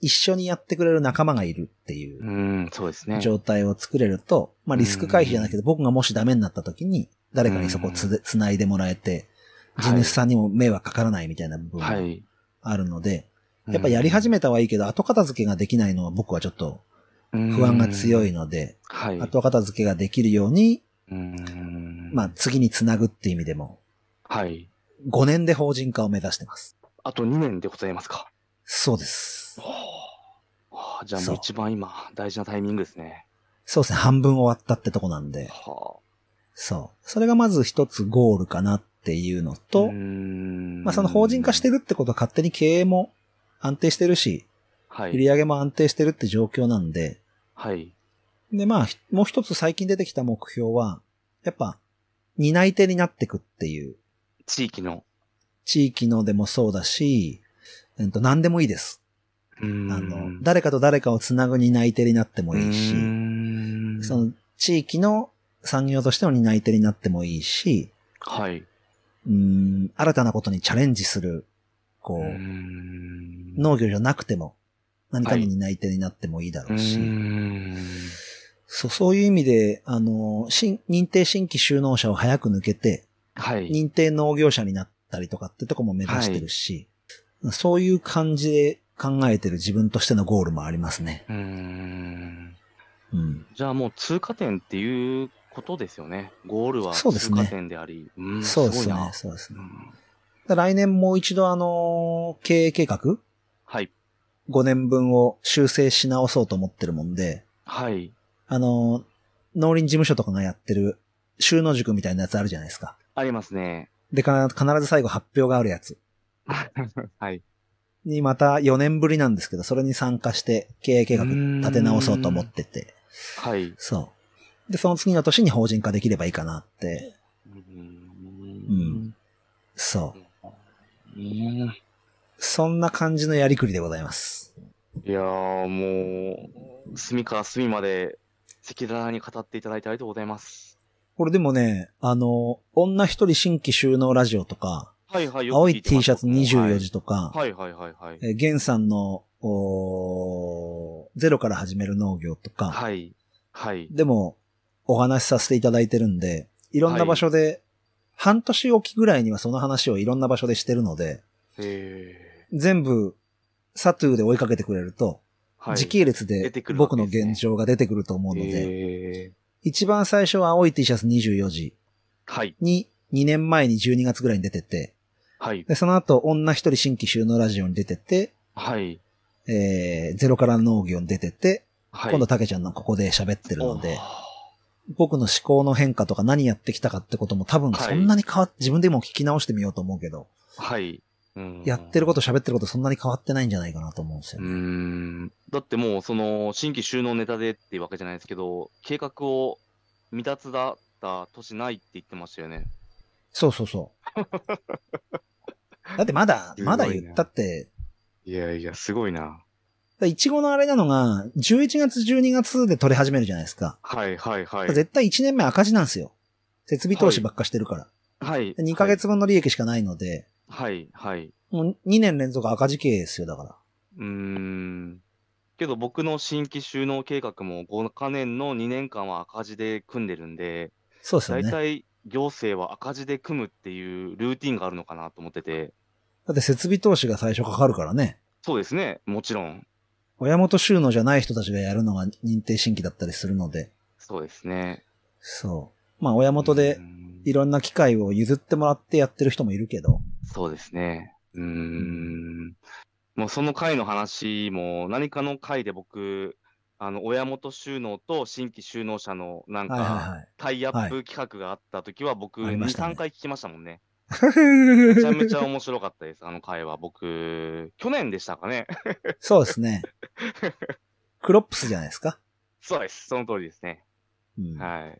S3: 一緒にやってくれる仲間がいるっていううん
S1: そうですね。
S3: 状態を作れると、まあリスク回避じゃないけど、僕がもしダメになった時に、誰かにそこをつで繋いでもらえて、地主さんにも迷惑かからないみたいな部分
S1: は
S3: が
S1: い。
S3: あるので、やっぱやり始めたはいいけど、後片付けができないのは僕はちょっと
S1: め
S3: 不安が強
S1: い。
S3: いので、
S1: はい。
S3: 後片付けができるように、
S1: うん
S3: まあ、次につなぐって意味でも、
S1: はい。
S3: 5年で法人化を目指してます。
S1: あと2年でございますか。
S3: そうです。
S1: はあ、じゃあ
S3: そ
S1: も
S3: う
S1: う一番今、大事なタイミングですね。
S3: そうですね、半分終わったってとこなんで、
S1: は
S3: そう。それがまず一つゴールかなっていうの
S1: あ。
S3: と
S1: う、ん
S3: まあその法人化してるってことは勝手に経営も安定してるし、
S1: は
S3: 売
S1: い。
S3: り上げも安定してるって状況なんで、
S1: はい。
S3: でまあひもう一つ最近出てきた目標は、やっぱ担い手になってくっていう、
S1: 地域の。
S3: 地域のでもそうだし、うんと何でもいいです。
S1: あ
S3: あの、誰かと誰かをつなぐ担い手になってもいいし、
S1: し
S3: その地域の産業としての担い手になってもいいし、
S1: はい。
S3: うん、新たなことにチャレンジする、こ
S1: う
S3: う、
S1: ん
S3: 農業じゃなくても、何かの担い手になってもいいだろうし、
S1: うん
S3: そう、そういう意味で、あの、新、認定新規就農者を早く抜けて、
S1: はい。
S3: 認定農業者になったりとかってとこも目指してるし、そういう感じで考えてる自分としてのゴールもありますね。
S1: うん
S3: うん。
S1: じゃあもう通過点っていうことですよね。ゴールは
S3: そうです
S1: 通
S3: ね
S1: 過点であり。うん
S3: そうです
S1: ごい
S3: ね
S1: な。
S3: そうですね
S1: う。ん
S3: だ来年もう一度あの、経営計画
S1: はい。
S3: 5年分を修正し直そうと思ってるもんで、
S1: はい。
S3: あの、農林事務所とかがやってる収納塾みたいなやつあるじゃないですか。
S1: ありますね。
S3: で、か必ず最後発表があるやつ
S1: はい。
S3: にまた4年ぶりなんですけど、それに参加して経営計画立て直そうと思ってて、
S1: はい。
S3: そう。で、その次の年に法人化できればいいかなって、
S1: うん。
S3: そう。
S1: うん
S3: そんな感じのやりくりでございます。
S1: いやー、もう、隅から隅まで赤裸々に語っていただいてありがとうございます。
S3: これでもね、あの、女一人新規収納ラジオとか、
S1: はいはい、よく
S3: 青
S1: 聞
S3: い
S1: てま
S3: T
S1: す
S3: シャツ24。時とか、
S1: はいはいはいはい。
S3: えーゲンさんの、おーゼロから始める農業とか、
S1: はい。はい。
S3: でも、お話しさせていただいてるんで、いろんな場所で、半年おきぐらいにはその話をいろんな場所でしてるので、
S1: え
S3: 全部、サトゥーで追いかけてくれると、
S1: ーはい。
S3: 時系列で
S1: 出てくるわ
S3: 僕
S1: け
S3: の
S1: ですね
S3: 現状が出てくると思うの
S1: え
S3: で、一番最初は青い T シャツ24時
S1: ーはい。
S3: に、2年前に12月ぐらいに出てて、
S1: はい。
S3: で、その後、女一人新規収納ラジオに出てて、
S1: はい。
S3: えー、ゼロから農業に出てて、
S1: はい。
S3: 今度たけちゃんのここで喋ってるので、
S1: あ
S3: 僕の思考の変化とか何やってきたかってことも多分そんなに変わっ、自分でも聞き直してみようと思うけど、
S1: ーはい。うん
S3: やってること喋ってることそんなに変わってないんじゃないかなと思うんですよ
S1: うー
S3: ね。
S1: んだってもう、その、新規収納ネタでっていうわけじゃないですけど、計画を未達だった年ないって言ってましたよね。
S3: そうそう そう。だってまだ、
S1: すごいね
S3: まだ言ったって、
S1: いやいや、すごいな。
S3: だいちごのあれなのが、11月、12月で取り始めるじゃないですか。
S1: はいはいはい。
S3: 絶対1年目赤字なんですよ。設備投資ばっかしてるから。
S1: はい。
S3: 2ヶ月分の利益しかないので、
S1: はい。はい、はい。
S3: もう2年連続赤字経営ですよ、だから。
S1: うーん。けど僕の新規収納計画も5カ年の2年間は赤字で組んでるんで、
S3: そうですよ
S1: 大
S3: ね。だ
S1: 体行政は赤字で組むっていうルーティンがあるのかなと思ってて、
S3: って設備投資が最初かかるからね。
S1: そうですね、もちろん。
S3: 親元収納じゃない人たちがやるのが認定新規だったりするので、
S1: そうですね。
S3: そう。まあ、親元で
S1: うーん
S3: いろんな機会を譲ってもらってやってる人もいるけど、
S1: そうですね。うーん。もうその回の話も何かの回で僕、あの、親元収納と新規収納者のなん
S3: はい
S1: か
S3: は
S1: タイアップ企画があった時は僕
S3: あり
S1: 2、
S3: ましたね
S1: 3回聞きましたもんね。
S3: い
S1: めちゃ
S3: はい。
S1: めちゃ面白かったです、 あの回は。僕、去年でしたかね。
S3: そうですね。クロップスじゃないですか。
S1: そうです。その通りですね。
S3: うん
S1: はい。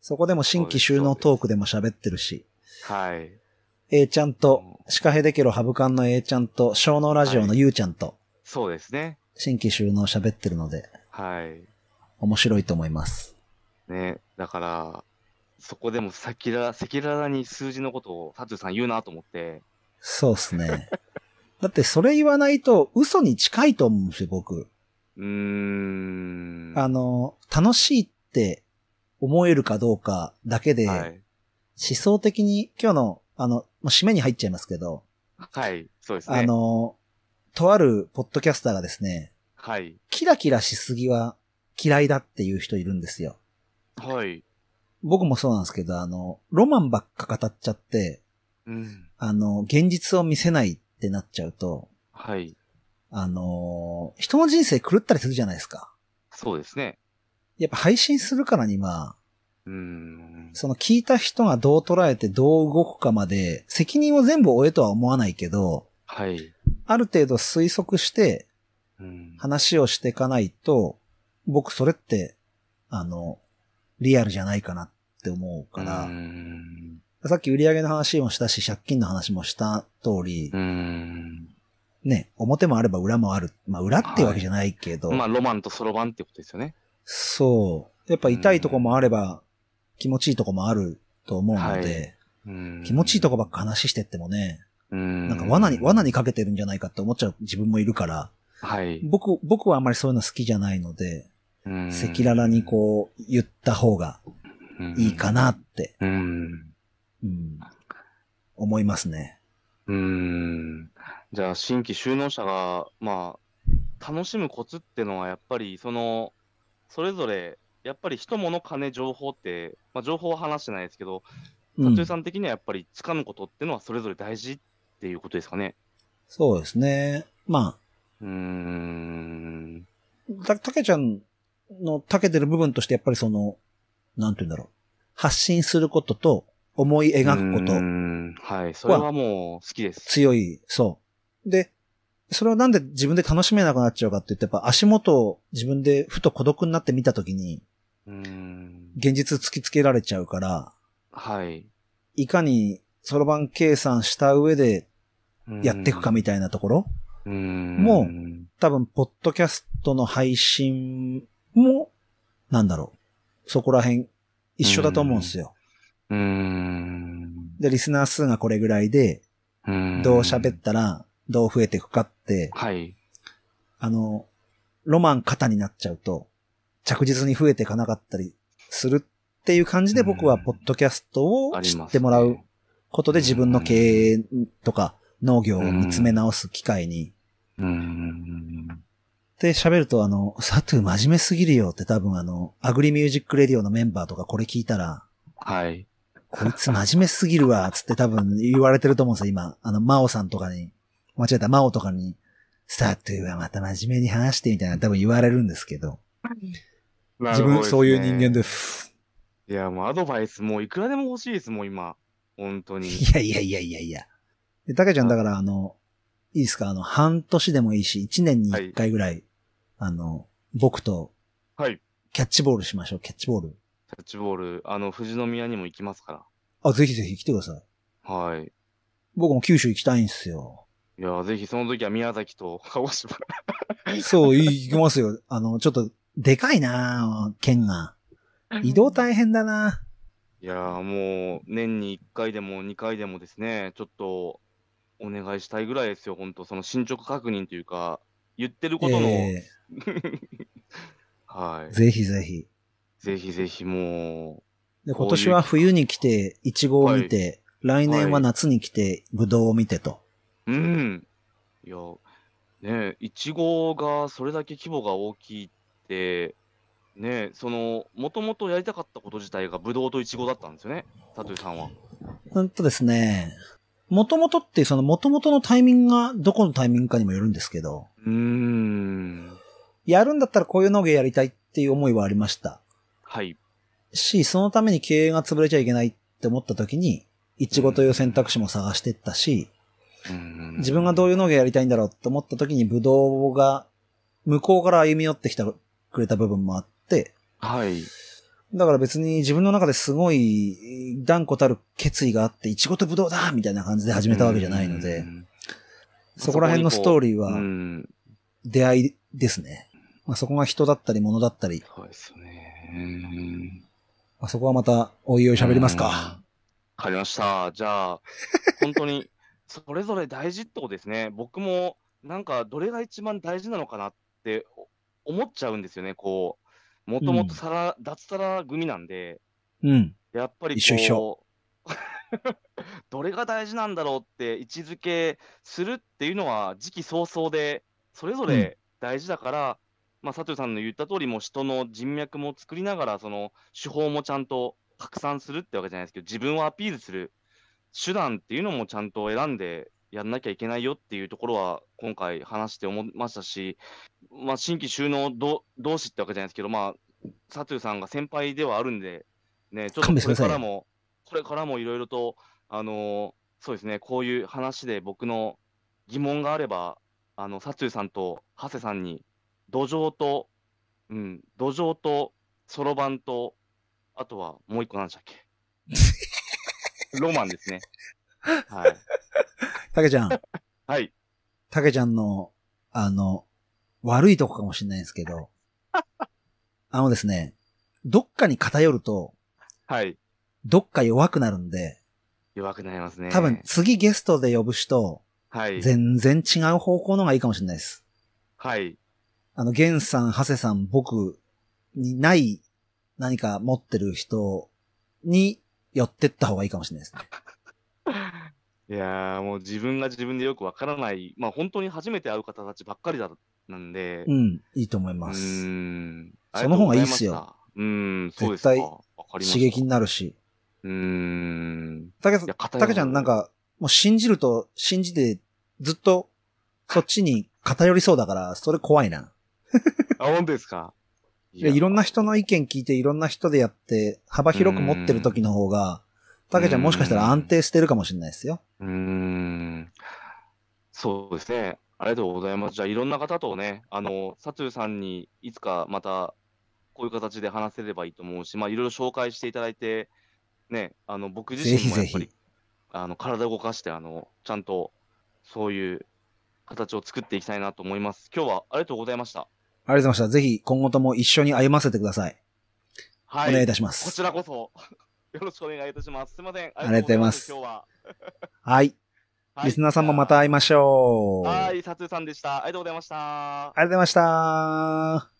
S3: そこでも新規収納トークでも喋ってるし、
S1: はい。
S3: A ちゃんと、シカヘデケロハブカンの A ちゃんと、小脳ラジオのゆうちゃんと、
S1: そうですね。
S3: 新規収納喋ってるので、
S1: はい。
S3: 面白いと思います。
S1: ね。だから、そこでも先ら、赤裸々に数字のことをサトゥーさん言うなと思って、
S3: そうですね。だってそれ言わないと嘘に近いと思うんですよ、僕。
S2: うーん。
S3: あの、楽しいって思えるかどうかだけで、
S2: はい。
S3: 思想的に今日の、あの、もう締めに入っちゃいますけど、
S2: はい。そうですね。
S3: あの、とあるポッドキャスターがですね、
S2: はい。
S3: キラキラしすぎは嫌いだっていう人いるんですよ。
S2: はい。
S3: 僕もそうなんですけど、あの、ロマンばっか語っちゃって、
S2: うん。
S3: あの、現実を見せないってなっちゃうと、
S2: はい。
S3: あの、人の人生狂ったりするじゃないですか。
S2: そうですね。
S3: やっぱ配信するからには、
S2: うーん。
S3: その聞いた人がどう捉えてどう動くかまで、責任を全部負えとは思わないけど、
S2: はい。
S3: ある程度推測して
S2: うん。
S3: 話をしていかないと、僕それって、あの、リアルじゃないかなって思うか
S2: うー
S3: ら、
S2: ん。
S3: さっき売り上げの話もしたし、借金の話もした通り
S2: う、ーん。
S3: ね、表もあれば裏もある。まあ裏ってわけじゃないけど、
S2: まあ、ロマンとそろばんってことですよね。
S3: そう。やっぱ痛いとこもあれば、気持ちいいとこもあると思うので、
S2: うん
S3: 気持ちいいとこばっか話してってもね、
S2: うん。
S3: なんか罠に、罠にかけてるんじゃないかって思っちゃう自分もいるから、
S2: はい。
S3: 僕、僕はあんまりそういうの好きじゃないので、
S2: うん
S3: 赤裸々にこう言った方がいいか。なって、
S2: うん。
S3: うん、思いますね。
S2: うん。じゃあ、新規収納者が、まあ、楽しむコツってのは、やっぱり、その、それぞれ、やっぱり人物金情報って、まあ、情報は話してないですけど、
S3: うん
S2: 達、う、さん的にはやっぱり、掴むことってのはそれぞれ大事っていうことですかね。
S3: そうですね。ま
S2: うーん。
S3: あ、た、たけちゃんのたけてる部分としてやっぱりその、なんて言うんだろう。発信することと思い描くこ
S2: うー
S3: と、
S2: んはい。それはもう好きです。
S3: 強い、そう。で、それをなんで自分で楽しめなくなっちゃうかって言って、やっぱ足元を自分でふと孤独になって見たときに、
S2: うーん。
S3: 現実突きつけられちゃうから、
S2: はい。
S3: いかにそろばん計算した上でやっていくか
S2: も。
S3: みたいなところ、
S2: うーん
S3: も多分、ポッドキャストの配信も、なんだろう。そこら辺、一緒だと思うんですよ。
S2: うーん。
S3: で、リスナー数がこれぐらいで、
S2: うーん
S3: どう喋ったら、どう増えていくかって、
S2: はい。
S3: あの、ロマン型になっちゃうと、着実に増えていかなかったりするっていう感じで僕は、
S2: うん
S3: ポッドキャストを
S2: あり
S3: 知
S2: ま
S3: っ
S2: す
S3: て
S2: ね
S3: もらうことで自分の経営とか農業を見つめ直す機会に。
S2: うーん。
S3: で、喋るとあの、サトゥ真面目すぎるよって多分あの、アグリミュージックレディオのメンバーとかこれ聞いたら、
S2: はい。
S3: こいつ真面目すぎるわ、つって多分言われてると思うんですよ、今。あの、マオさんとかに、間違えたマオとかに、サトゥはまた真面目に話してみたいな多分言われるんですけど、自分そういう人間
S2: で。
S3: です。
S2: いや、もうアドバイスもういくらでも欲しいです、もう今。本当に。
S3: いやいやいやいやいや。で、たけちゃんだからあの、いいですか、あの、半年でもいいし、一年に一回ぐらい、あの、僕と
S2: はい。キ
S3: キャッチボールしましょう、キャッチボール。
S2: ャッチボール、あの、富士宮にも行きますか
S3: あ、ぜひぜひ来てください。
S2: ら。はい。
S3: 僕も九州行きたいんです よ。
S2: いや、ぜひその時は宮崎と鹿児島。
S3: そう、い行きますよ。あの、ちょっと、でかいなぁ県が。移動大変だない
S2: やーもう年に1回でも2回でもですね、ちょっとお願いしたいぐらいですよ、本当、その進捗確認というか、言ってることの、
S3: え
S2: は
S3: え
S2: い、
S3: ぜひぜひ。
S2: ぜひぜひもこうい
S3: で、
S2: う
S3: 今年は冬に来て、イチゴを見て、来年は夏に来て、ブドウを見てと。
S2: う、うん、いや、ねえ、いちごがそれだけ規模が大きいって、ねえ、その、もともとやりたかったこと自体がぶどうといちごだったんですよね、佐藤さんは。
S3: うんとですね、元々って、その元々のタイミングが、どこのタイミングかにもよるんですけど、
S2: うーん、
S3: やるんだったらこういう農業やりたいっていう思いはありました。
S2: はい、
S3: し、そのために経営が潰れちゃいけないって思った時に、イチゴという選択肢も探してったし、
S2: うん
S3: 自分がどういう農業やりたいんだろうって思った時にブドウが向こうから歩み寄ってきてくれた部分もあって、
S2: はい、
S3: だから別に自分の中ですごい断固たる決意があって、イチゴとブドウだみたいな感じで始めたわけじゃないの
S2: う
S3: で、
S2: ん
S3: そこら辺のストーリーは
S2: うん、
S3: 出会いですね。まあ、そこが人だったり物だったり、
S2: そうですよね。
S3: まあ、そこはまたおいおい喋りますか。
S2: わかりました。じゃあ、本当に、
S1: それぞれ大事ってことですね。僕も、なんか、どれが一番大事なのかなってお思っちゃうんですよね、こう。もともとさら、脱サラ組なんで、
S3: うん。
S1: やっぱりこう、
S3: 一緒一緒
S1: どれが大事なんだろうって位置づけするっていうのは時期尚早で、それぞれ大事だから、まあ、佐藤さんの言った通り、もう人の人脈も作りながら、その手法もちゃんと拡散するってわけじゃないですけど、自分をアピールする手段っていうのもちゃんと選んでやんなきゃいけないよっていうところは、今回話して思いましたし、まあ、新規収納ど同士ってわけじゃないですけど、まあ、佐藤さんが先輩ではあるんで、ね、ちょっと
S3: 勘弁し
S1: こ
S3: てく
S1: れ
S3: ださい
S1: からも、これからもいろいろと、あのーそうですね、こういう話で僕の疑問があれば、あの、サツーさんとハセさんに、土壌と、うん、土壌と、そろばんと、あとはもう一個なんでしたっ けロマンですね。はい。
S3: たけちゃん、
S1: はい。
S3: たけちゃんの、あの、悪いとこかもしれないんですけ ど、あのですね、どっかに偏ると、
S1: はい。
S3: どっか弱くなるんで、
S1: 弱くなりますね。
S3: 多分次ゲストで呼ぶ人、
S1: はい。
S3: 全然違う方向の方がいいかもしれないです。
S1: はい。
S3: あの、ゲンさん、ハセさん、僕にない何か持ってる人に寄ってった方がいいかもしれないですね。
S1: いやー、もう自分が自分でよくわからない、まあ本当に初めて会う方たちばっかりだなんで、
S3: うん、いいと思いうま
S1: ー
S3: す。
S1: ん。
S3: その方がいいっすよ
S1: ありがとうございました。うーん、そうですか。
S3: 絶対
S1: わかりました
S3: 刺激になるし。
S1: うーん。
S3: たけさん
S1: いや、
S3: たけちゃんなんか、もう信じると信じて、ずっとそっちに偏りそうだから、それ怖いな。
S1: あ、本当ですかい
S3: いやいろんな人の意見聞いて、いろんな人でやって、幅広く持ってる時の方が、たけちゃんもしかしたら安定してるかもしれないですよ。
S1: うーん。そうですね。ありがとうございます。じゃあ、いろんな方とね、あの、サトゥーさんにいつかまた、こういう形で話せればいいと思うし、まあ、いろいろ紹介していただいて、ね、あの、僕自
S3: ぜ
S1: 身
S3: ひ
S1: もや
S3: ぜ
S1: っぱり、
S3: ひ。
S1: あの、体を動かして、あの、ちゃんと、そういう形を作っていきたいなと思います。今日はありがとうございました。
S3: ありがとうございました。ぜひ今後とも一緒に歩ませてください。
S1: は
S3: お願いい
S1: い。
S3: たしま
S1: こ
S3: す。
S1: ちらこそ、 よろしくお願いいたします。すいません。あ
S3: りがとうございます
S1: りがとうございます
S3: はい。
S1: 今日は。
S3: リスナーさんもまた会いましょう。
S1: は
S3: ありがと
S1: い、サトゥ
S3: う
S1: ーさんでした。ありがとうございました。
S3: ございました。